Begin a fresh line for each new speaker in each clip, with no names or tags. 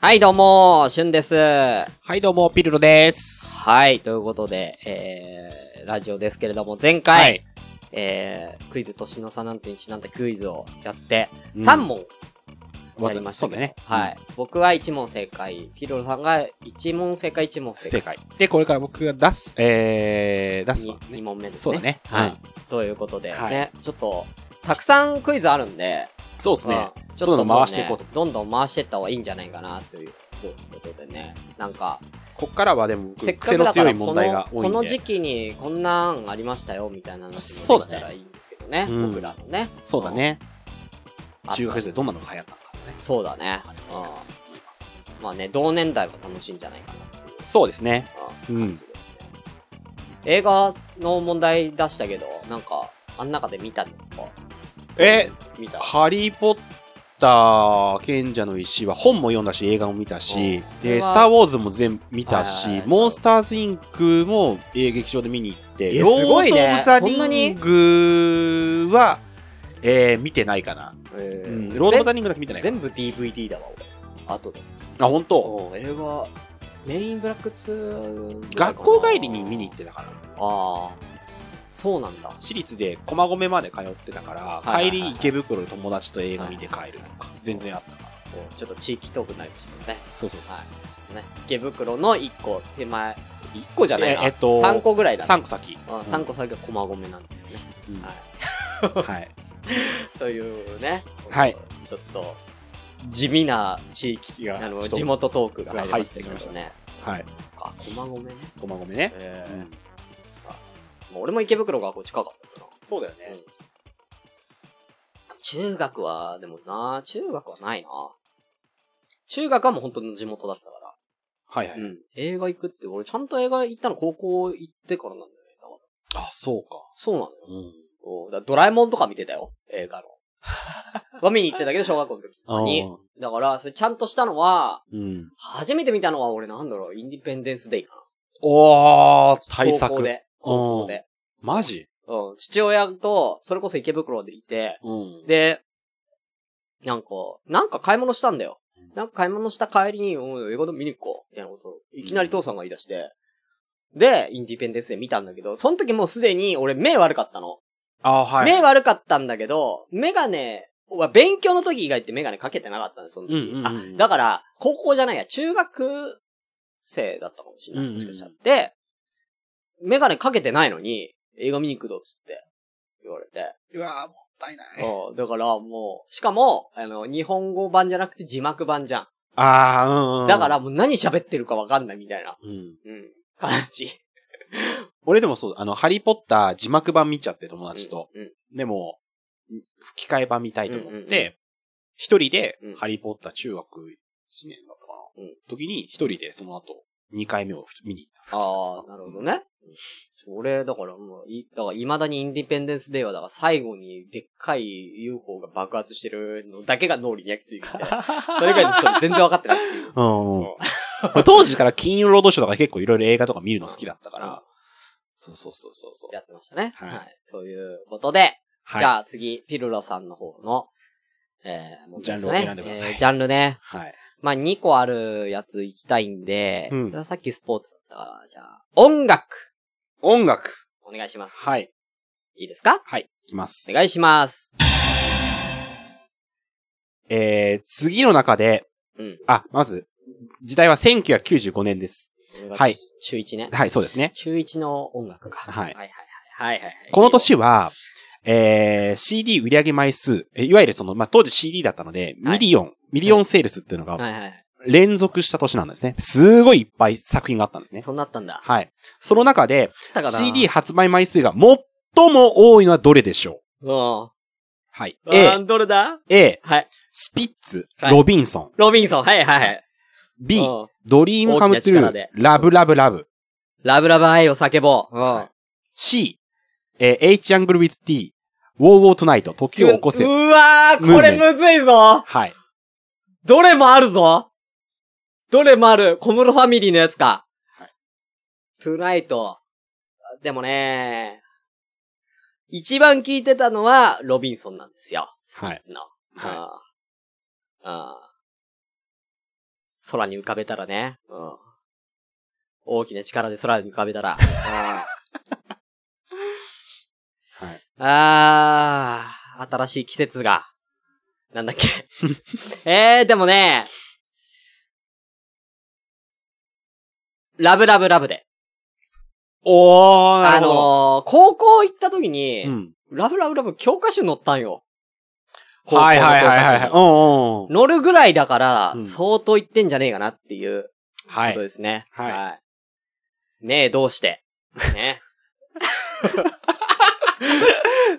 はい、どうも、しゅんです。は
はい、どうも、ピルロです。
い、ということで、えー、ラジオですけれども、前
は
回、
い。
えー、クイズ年の差なんてにちなんだクイズをやって、
うん
3問やりました
そう
け
だ
ど、
ね。
はい。僕は1問正解、ピロロさんが1問正解、1問不
正
正解。
解。で、これから僕が出す、えー、出すわ
2,
ね。
問目ですね。
そうだね。
は
うん
い。。ということで、
はい
ね、ちょっと、たくさんクイズあるんで、
そうですね。
うんち
ち
ょ
ょ
っ
っ
と
と
も
ど
うんね
どん回していこうと
どんどん回してった方がいいんじゃないかな、という。そう。ことでね、なんか、
こっからはでも、
せっか
癖
く
の
だか
強
ら
い
こ
問題
の
が多
こ
いんで。
の時期にこんな案ありましたよみたいな話
そ
も
う
で
だ
き
ね
たらいいんですけどね、
うん
僕らのね
そうだね。
あ
中学生どんなのが流行ったのかね。
そうだね、う
思います
ん、まあね同年代が楽しいんじゃないかなっていう
そうですね。
うん
うん
感じですね、映画の問題出したけどなんかあん中で見たのか
え、
見た
ハリーポッター、賢者の石は本も読んだし、映画も見たし、
うん
で、
これは
スターウォーズも全部見た
はいはい
し
は、い
モンスターズインクもえー劇場で見に行って、
えすごいね
ロード・オブ・ザ・
そんなに
リングは、えー、見てないかな。
え
う
ー
ん、ロード・オブ・ザ・リングだけ見てないかな。
全部全部 DVD だわ俺あとで
あ、本当。
うん映画メインブラック2
学校帰りに見に行ってたから、
ああそうなんだ
私立で駒込まで通ってたから、
はいはいはい
帰り池袋で友達と映画見て帰るとか、全然あったから。
ちょっと地域トークになりましたけどね。
そうそうそう
はい。ち
そう。
ょっとね池袋の1個手前、1個じゃないな。
ええっと
3個ぐらいだ、ね。
3個先。
うん三個先が駒込なんですよね。
うん
は
はい。
い。というね。
はい。
ちょっと、地味な地域、
いや
あの、
ちょっと
地元トークが入りましたけ
入ってき
どね。
はい。
あ、駒込ね。
駒込ね。
え
うん
ーもう俺も池袋がこう近かったか
そうだよ
ね。な。中学は、でもな、中学はないな。中学はもう本当の地元だったから。
はいはい。
うん。映画行くって、俺ちゃんと映画行ったの高校行ってからなんだよね。だから
あ、そうか。
そうなのよ。
うん。
おうだからドラえもんとか見てたよ。映画の。は見に行ってたけど、小学校の時とかに。だから、それちゃんとしたのは、
うん。
初めて見たのは俺なんだろう、インディペンデンスデイかな。
おー、対
高
策
校。で。高校で。
マジ
うん。父親と、それこそ池袋でいて、
うんで、
で、なんか、なんか買い物したんだよ。なんか買い物した帰りに、おい映画でも見に行こう。みたいなことをいきなり父さんが言い出して。で、インディペンデンスで見たんだけど、その時もうすでに俺目悪かったの。
あはい。
目悪かったんだけど、メガネは勉強の時以外ってメガネかけてなかったんです、その時。
うんうんうん
あ、だから、高校じゃないや、中学生だったかもしれな
う
い。
んうん
もしかしたら。で、メガネかけてないのに、映画見に行くぞ、つって、言われて。
うわーもったいな。
うんだからもう、しかも、あの、日本語版じゃなくて字幕版じゃ。
あー、うんうんうんん。
だから、もう何喋ってるかわかんないみたいな、
うん。
うん、感じ。
俺でもそう、あの、ハリーポッター字幕版見ちゃって友達と。
うん。うん
でも、吹き替え版見たいと思っ
うんうんうん
て、一人で
うん、
ハリーポッター中学1年だったかな
うん。
時に一人でその後、2回目を見に行った。
ああ、なるほどね。俺、だからもう、い、だから未だにインディペンデンスデーは、だから最後にでっかい UFO が爆発してるのだけが脳裏に焼き付いてて、 それ以外の人全然わかってないっていう。
うんうん。 当時から金曜ロードショーとか結構いろいろ映画とか見るの好きだったか
うん
ら。そうそうそうそうそう。
やってましたね。は。
はいい
ということで、
はい。
じゃあ次、ピルロさんの方の、えー、問題ですね
ジャンルを選んでください
えージャンルね。
はい。
まあ、2個あるやつ行きたいんで、
うん
さっきスポーツだったから、じゃあ、音楽、
音楽。
お願いします。
はい。
いいですか
はい。いきます
お。願いします。
えー、次の中で、
うん。
あ、まず、時代は1995年です。はい。
中1ね。
はい、そうですね。
中1の音楽か。
はい
はいはいはいはいはいはい。
この年は、えー、CD 売上枚数、えいわゆるその、まあ、当時 CD だったので、
はい
ミリオン、ミリオンセールスっていうのが
はいはいはい。
連続した年なんですね。すごいいっぱい作品があったんですね。
そうなったんだ。
はい。その中で、
だから。
CD 発売枚数が最も多いのはどれでしょ
う
う
ん。
はい。
え
A、
どれだ
A、
はい。
スピッツ、
はい
ロビンソン。
ロビンソン。はいはいはい。
B
うん、
ドリームカム
大
トゥ
きな力
ルー
で、
ラブラブラブ。
ラブラブ愛を叫ぼう。うん。
C、えー H アングル with T、ウォーウォートナイト、時を起こせ
う。わー、これむずいぞ
はい。
どれもあるぞどれもある小室ファミリーのやつか。
はい
トゥナイト。でもね一番聞いてたのは、ロビンソンなんですよ。
はい
スピッツの。
はい
あーあー空に浮かべたらね。うん。大きな力で空に浮かべた ら。うん。
はい。
あー、新しい季節が。なん だっけ。えー、でもね、ラブラブラブで。
おー、な
あ
るほど。
のー高校行った時に、
うん。
ラブラブラブ教科書に載ったんよ。
はいはいはいは
高校の教科書に
い。うんうん。
乗るぐらいだから、
うん
相当言ってんじゃねえかなっていうこ
は
と
い。
ですね。
はい
いねえ、どうして。ね。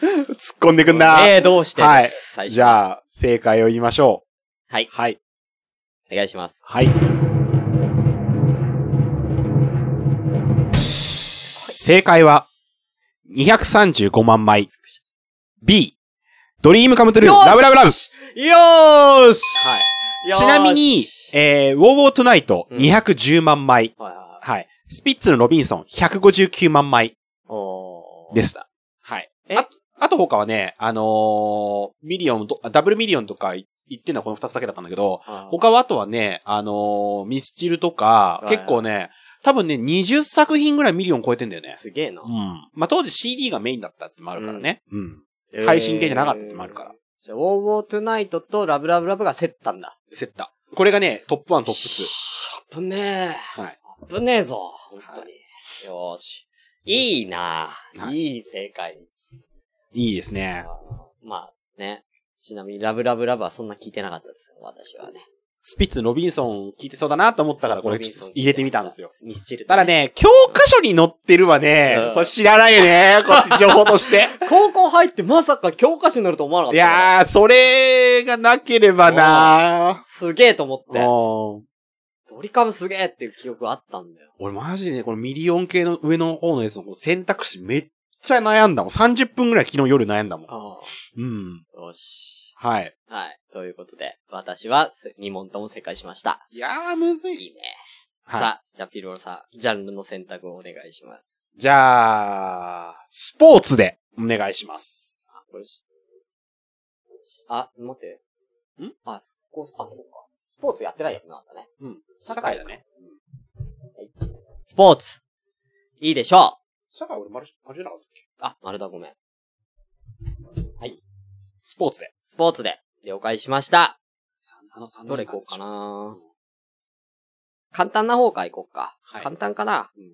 突っ込んでくんな。
ねえ、どうして
はい
です。はい
じ
あ。
ゃあ、正解を言いましょ
はい。
う。はい。
お願いします。
はい。正解は、235万枚。B、ドリームカムトゥルー、
よーし
ラブラブラブ。
よーし
はい
よーし
ちなみに、えー、ウォーウォートナイト、210万枚。
はいはいはい
はい。スピッツのロビンソン、159万枚
おー
でした。はい。
え
ああと他はね、あのー、ミリオンと、ダブルミリオンとかい言ってんのはこの二つだけだったんだけど、
あー
他はあとはね、あのーミスチルと
は、
か
いはい
結構ね、多分ね、20作品ぐらいミリオン超えてんだよね。
すげえな
う。ん。まあ、当時 CD がメインだったってのもあるからね。うん。配信系じゃなかったってのもあるから
えー。じゃあ、ウォーウォートゥナイトとラブラブラブが競ったんだ。
セッター。これがね、トップ1、トップ2。
しあぶねえ。
はい。
ぶねえぞ。本当に。よーし。いいなあ
はい
いい正解。
いいですね。
まあね。ちなみに、ラブラブラブはそんな聞いてなかったですよ、私はね。
スピッツ、ロビンソン聞いてそうだなと思ったから、これちょっと入れてみたんですよ。。
ミスチルと
ただ、ね、教科書に載ってるわね。
うん
それ知らないよね。こっち情報と して。
高校入ってまさか教科書になると思わなかっ
い
たから。
やー、それがなければな
すげえと思って。
ー。
ドリカムすげえっていう記憶あったんだよ。
俺マジでね、このミリオン系の上の方のやつのこの選択肢めっちゃ悩んだもん。30分ぐらい昨日夜悩んだもん。
あ
うん。
あ。よし。
はい。
はい。ということで、私は2問とも正解しました。
いやー、むず
い。いね。さ
は
あ、じゃあピロロさん、ジャンルの選択をお願いします。
い。じゃあ、スポーツでお願いします。
あ、これし、あ、待って。
ん
あ、そこ、あ、そうか。スポーツやってないやつなんだね。
うん。
社会だ
ね。
スポーツいいでしょう
社会俺マジ、マジなかったっけ
あ、丸だごめん。
スポーツで。
スポーツで了解しました。
あの3
どれ行こうかな簡単な方から行こうか。
はい
簡単かな、
うん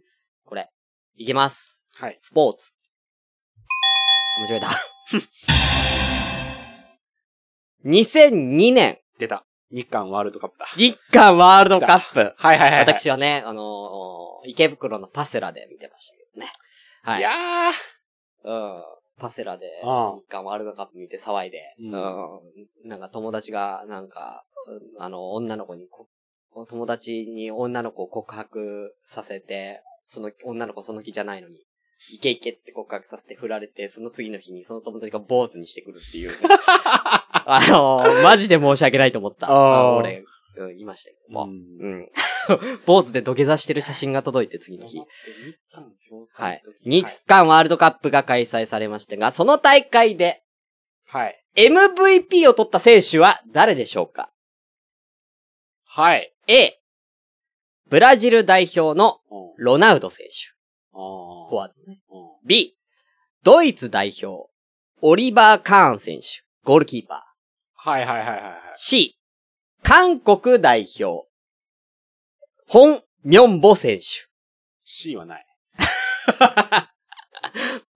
これ。いきます。
はい。
スポーツ。あ 間違えた。2002年、
出た。日韓ワールドカップだ。
日韓ワールドカップ。
はいはいはい、はい。
私はね、あのー池袋のパセラで見てましたけどね。はい。
いや
う
ー。
ん。パセラで、
ああ
日韓ワールドカップ見て騒いで、
うん
うんなんか友達が、なんか、うんあの、女の子にこ、友達に女の子を告白させて、その、女の子その気じゃないのに、いけいけっつって告白させて振られて、その次の日にその友達が坊主にしてくるっていう、 あのマジで申し訳ないと思った。
ああ
の俺、うん、いましたけども。
ん
うん。 坊主で土下座してる写真が届いて、次の日。はい。日韓ワールドカップが開催されましたが、その大会で
はい。
MVP を取った選手は誰でしょうか
はい。
?A、ブラジル代表のロナウド選手。フォワードね。B、ドイツ代表、オリバー・カーン選手、ゴールキーパ
はいはいはいはいはい。
ー。C、韓国代表、ホン・ミョンボ選手。
C はない。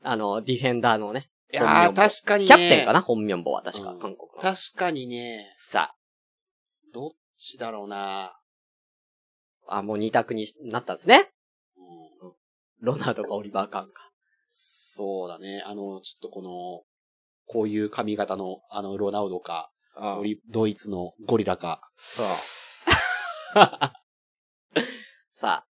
あの、ディフェンダーのね。
い
やー
確かに
キャプテンか
な
な、ホン・ミョンボは確か、
うん
韓国の。
確かにね、
さ
どっちだろうな
あ、あ、もう二択になったんですね。
うん
ロナウドかオリバー・カーンか。
そうだね。あの、ちょっとこの、こういう髪型の、あの、ロナウドか、
うん
オリドイツのゴリラか。
そう。 さあ。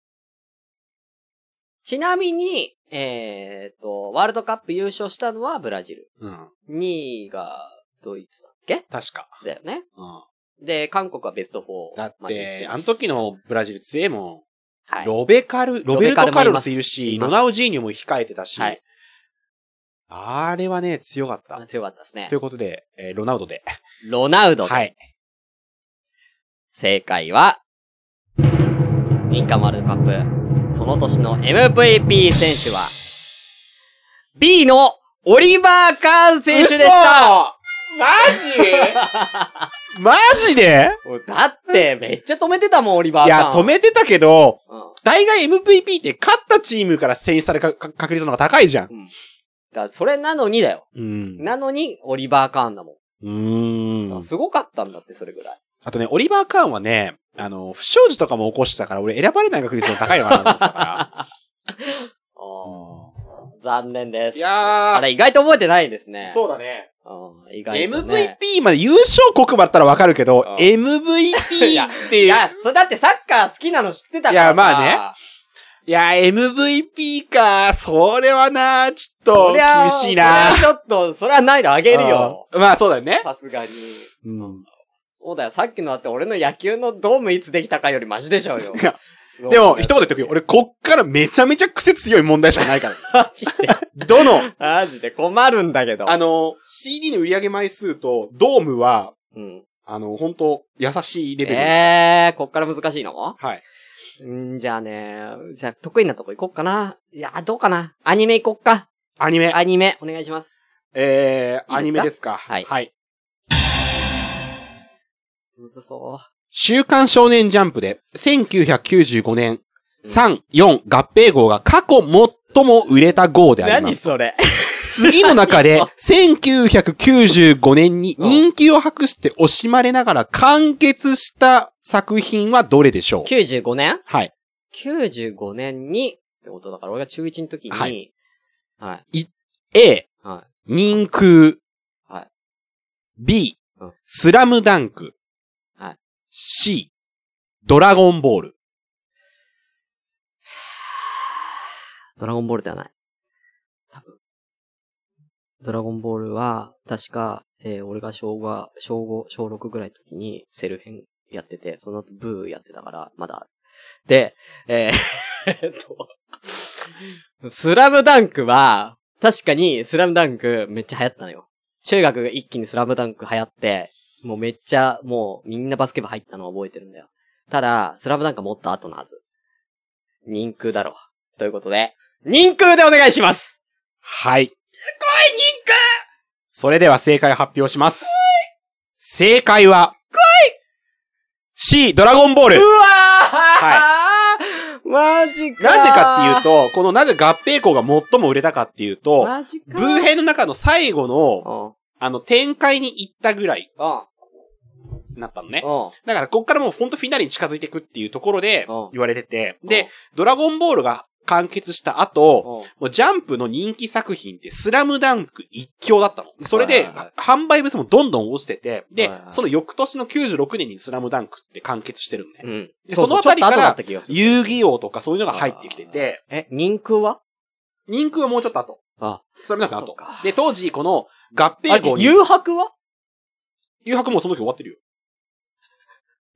ちなみに、えー、と、ワールドカップ優勝したのはブラジル。
うん。
2位がドイツだっけ
確か。
だよね。
うん。
で、韓国はベスト4。
だって、あの時、のブラジル強えもん。
はい。
ロベカル、ロベルト・カルロスいるし、
ロベカルもいます
ロナウジーニョも控えてたし、
はい
あれはね、強かった。
強かったですね
とい。うことで、えーロナウドで。
ロナウド。
はい。
正解は、インカンワールドカップ、その年の MVP 選手は、B のオリバー・カーン選手でした
マ
マジで
だって、めっちゃ止めてたもん、オリバー・
い
カーン。
や、止めてたけど、
うん。
大概 MVP って勝ったチームから選出されるかか確率の方が高いじゃん。
だからそれなのにだよ。
うん。
なのに、オリバー・カーンだもん。
うー
だか
ん
ら。すごかったんだって、それぐらい。
あとね、オリバー・カーンはね、あの、不祥事とかも起こしてたから、俺選ばれない確率の高いのかなと思ってた か
残念で
ジ
す。
いや
あ
ー、
れ、意外と覚えてないですね。
そうだね。
うん。意
ら。
外と、ね。
MVP まで優勝国だったらわかるけど
あ、
MVP っ
い
ていう。い
や
や、、
それだってサッカー好きなの知ってたからさ。
いやまあね。MVP か、それはな、ちょっと、
そりゃ
厳しいな。
そりゃちょっと、それはないのあげるよ。
あー。まあ、そうだよね。
さすがに。
うん。
そうだよ、さっきのだって俺の野球のドームいつできたかよりマジでしょうよ。
いやでも、一言言っ とくよ。俺、こっからめちゃめちゃ癖強い問題しかないか
マジで、
ら。どの、
マジで困るんだけど。
あの、CD の売り上げ枚数と、ドームは、
うん。
あの、本当優しいレベルです。
えー、こっから難しいの
はい。
んじゃあね、じゃあ得意なとこ行こっかな。いや、どうかな。アニメ行こっか。
アニメ。
アニメ、お願いします。
えー、
いいですか
ア
は
ニメですか。
い
はい。
むずそ
週刊少年ジャンプで、1995年、3、4合併号が過去最も売れた号
う。
であります。
それ。
次の 中で、1995年に人気を博して惜しまれながら完結した作品はどれでしょう
95年
はい。
?95 年に、ってことだから俺が中1の時に、
は
はい。はい。
A、
は
人空。
はい
B
うん、
スラムダンク。
はい
C、ドラゴンボール。
い。 ドラゴンボールではない。多分。ドラゴンボールは、確か、えー俺が小5、小5、小6ぐらいの時にセル編やってて、その後ブーやってたから、まだある。で、えー えっと、スラムダンクは、確かにスラムダンクめっちゃ流行ったのよ。中学が一気にスラムダンク流行って、もうめっちゃ、もうみんなバスケ部入ったのを覚えてるんだよ。ただ、スラムダンクはもっと後のはず。人空だろ。ということで、人空でお願いします
はい。それでは正解を発表します。正解は、C、ドラゴンボー
う
ル。
わー、はい、マジか
なぜかって
う
いうと、このなぜ合併校が最も売れたかっていうと、
マジか
ブー編の中の最後の、
うん。
あの、展開に行ったぐらい
うん。
になったのね。
うん。
だから、こっからもうほんとフィナーレに近づいていくっていうところで
うん
言われてて、で、、ドラゴンボールが完結した後、もうジャンプの人気作品ってスラムダンク一強だったの。それ
はい
で、
はいはい
販売物もどんどん落ちてて、で、
はいはい
その翌年の96年にスラムダンクって完結してるのね。
うん。
でそのあたりから
ちょっと後だった気がする
遊戯王とかそういうのが入ってきてて、
え、人空は
人空はもうちょっと後。
あ、
スラムダンクの
そ
後
うか。
で、当時、この合併
あ
号に、
誘白は
誘白もうその時終わってるよ。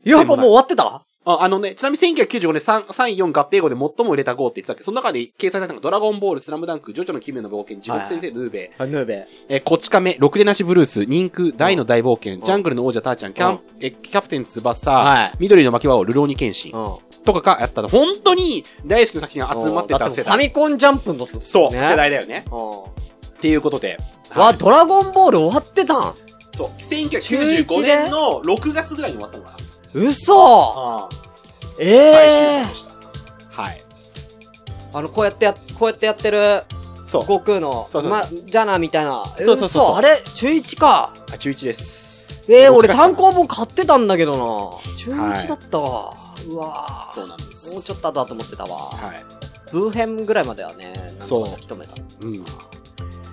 誘白はもう終わってた
ああのね、ちなみに1995年3、3、4合併号で最も売れた号って言ってたけど、その中で掲載されたのがドラゴンボール、スラムダンク、ジョジョの奇妙な冒険、地獄先生、ヌーベイ、
あ、ヌーベ。
えー、こち亀、ろくでなしブルース、人空、大の大冒険、
ん
ジャングルの王者ターちゃん、キャン、えー、キャプテン翼、
はい。
緑の巻き輪をルローニケンシン
うん。
とかがやったの。本当に大好きな作品が集まって
だ
た
もう
世
ファ
代。
ミコンジャンプの時
そう、
ね
世代だよね。
う
っていうことで。
ん。わ、
はい
ドラゴンボール終わってたん
そう、
中
1995
一で
年の6月ぐらいに終わったのかな。
嘘
ああ、
え
最終
え
話でした。はい。
あの、こうやってや、こうやってやってる、
そう、
悟空の、
そうそう
ま、じゃな、みたいな。
そうそうそうそう
嘘あれ中1か。
あ中1です。
ええ
6
俺
月か
単
な
行本買ってたんだけどな。中1だったわ。うわ
そうなんです。
もうちょっと後だと思ってたわ。
はい。
ブー編ぐらいまではね、なんとか
そう
突き止めた。
うん。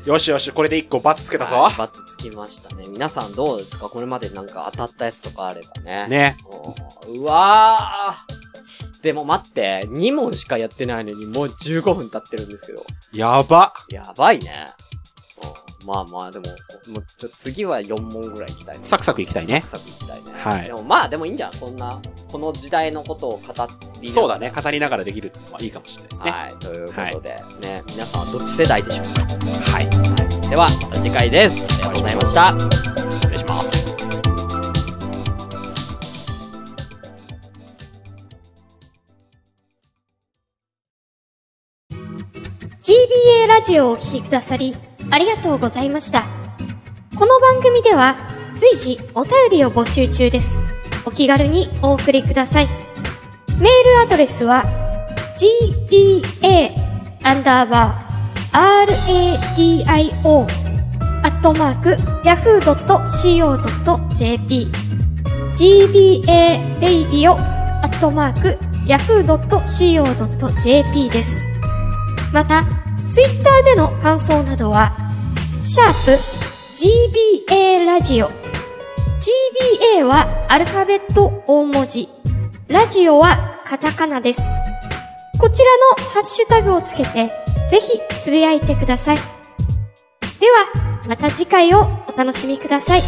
よしよし、これで1個バツつけたぞ
はい。バツつきましたね。皆さんどうですかこれまでなんか当たったやつとかあればね。
ね。
おーうわーでも待って、2問しかやってないのにもう15分経ってるんですけど。
やば。
やばいね。うんまあまあ、でも、もうちょ次は4問ぐらい行きたいね。
サクサク行きたいね
サクサク行きたいね。
はい
でもまあ、でもいいんじゃん。こんな、この時代のことを語り
そうだね。。語りながらできるのはいいかもしれないですね。
はい。ということで、ね、皆さんはどっち世代でしょうか。
はい。
では、また次回です。ありがとうございました。
お願いします。
GBA ラジオをお聴きくださり、ありがとうございました。この番組では、随時お便りを募集中です。お気軽にお送りください。メールアドレスは、gba, アンダーバー、radio, アットマーク、yahoo.co.jp gba-radio アットマーク yahoo.co.jp です。また、ツイッターでの感想などは、シャープ gba ラジオ gba はアルファベット大文字。ラジオはカタカナです。こちらのハッシュタグをつけて、ぜひつぶやいてください。では、また次回をお楽しみください。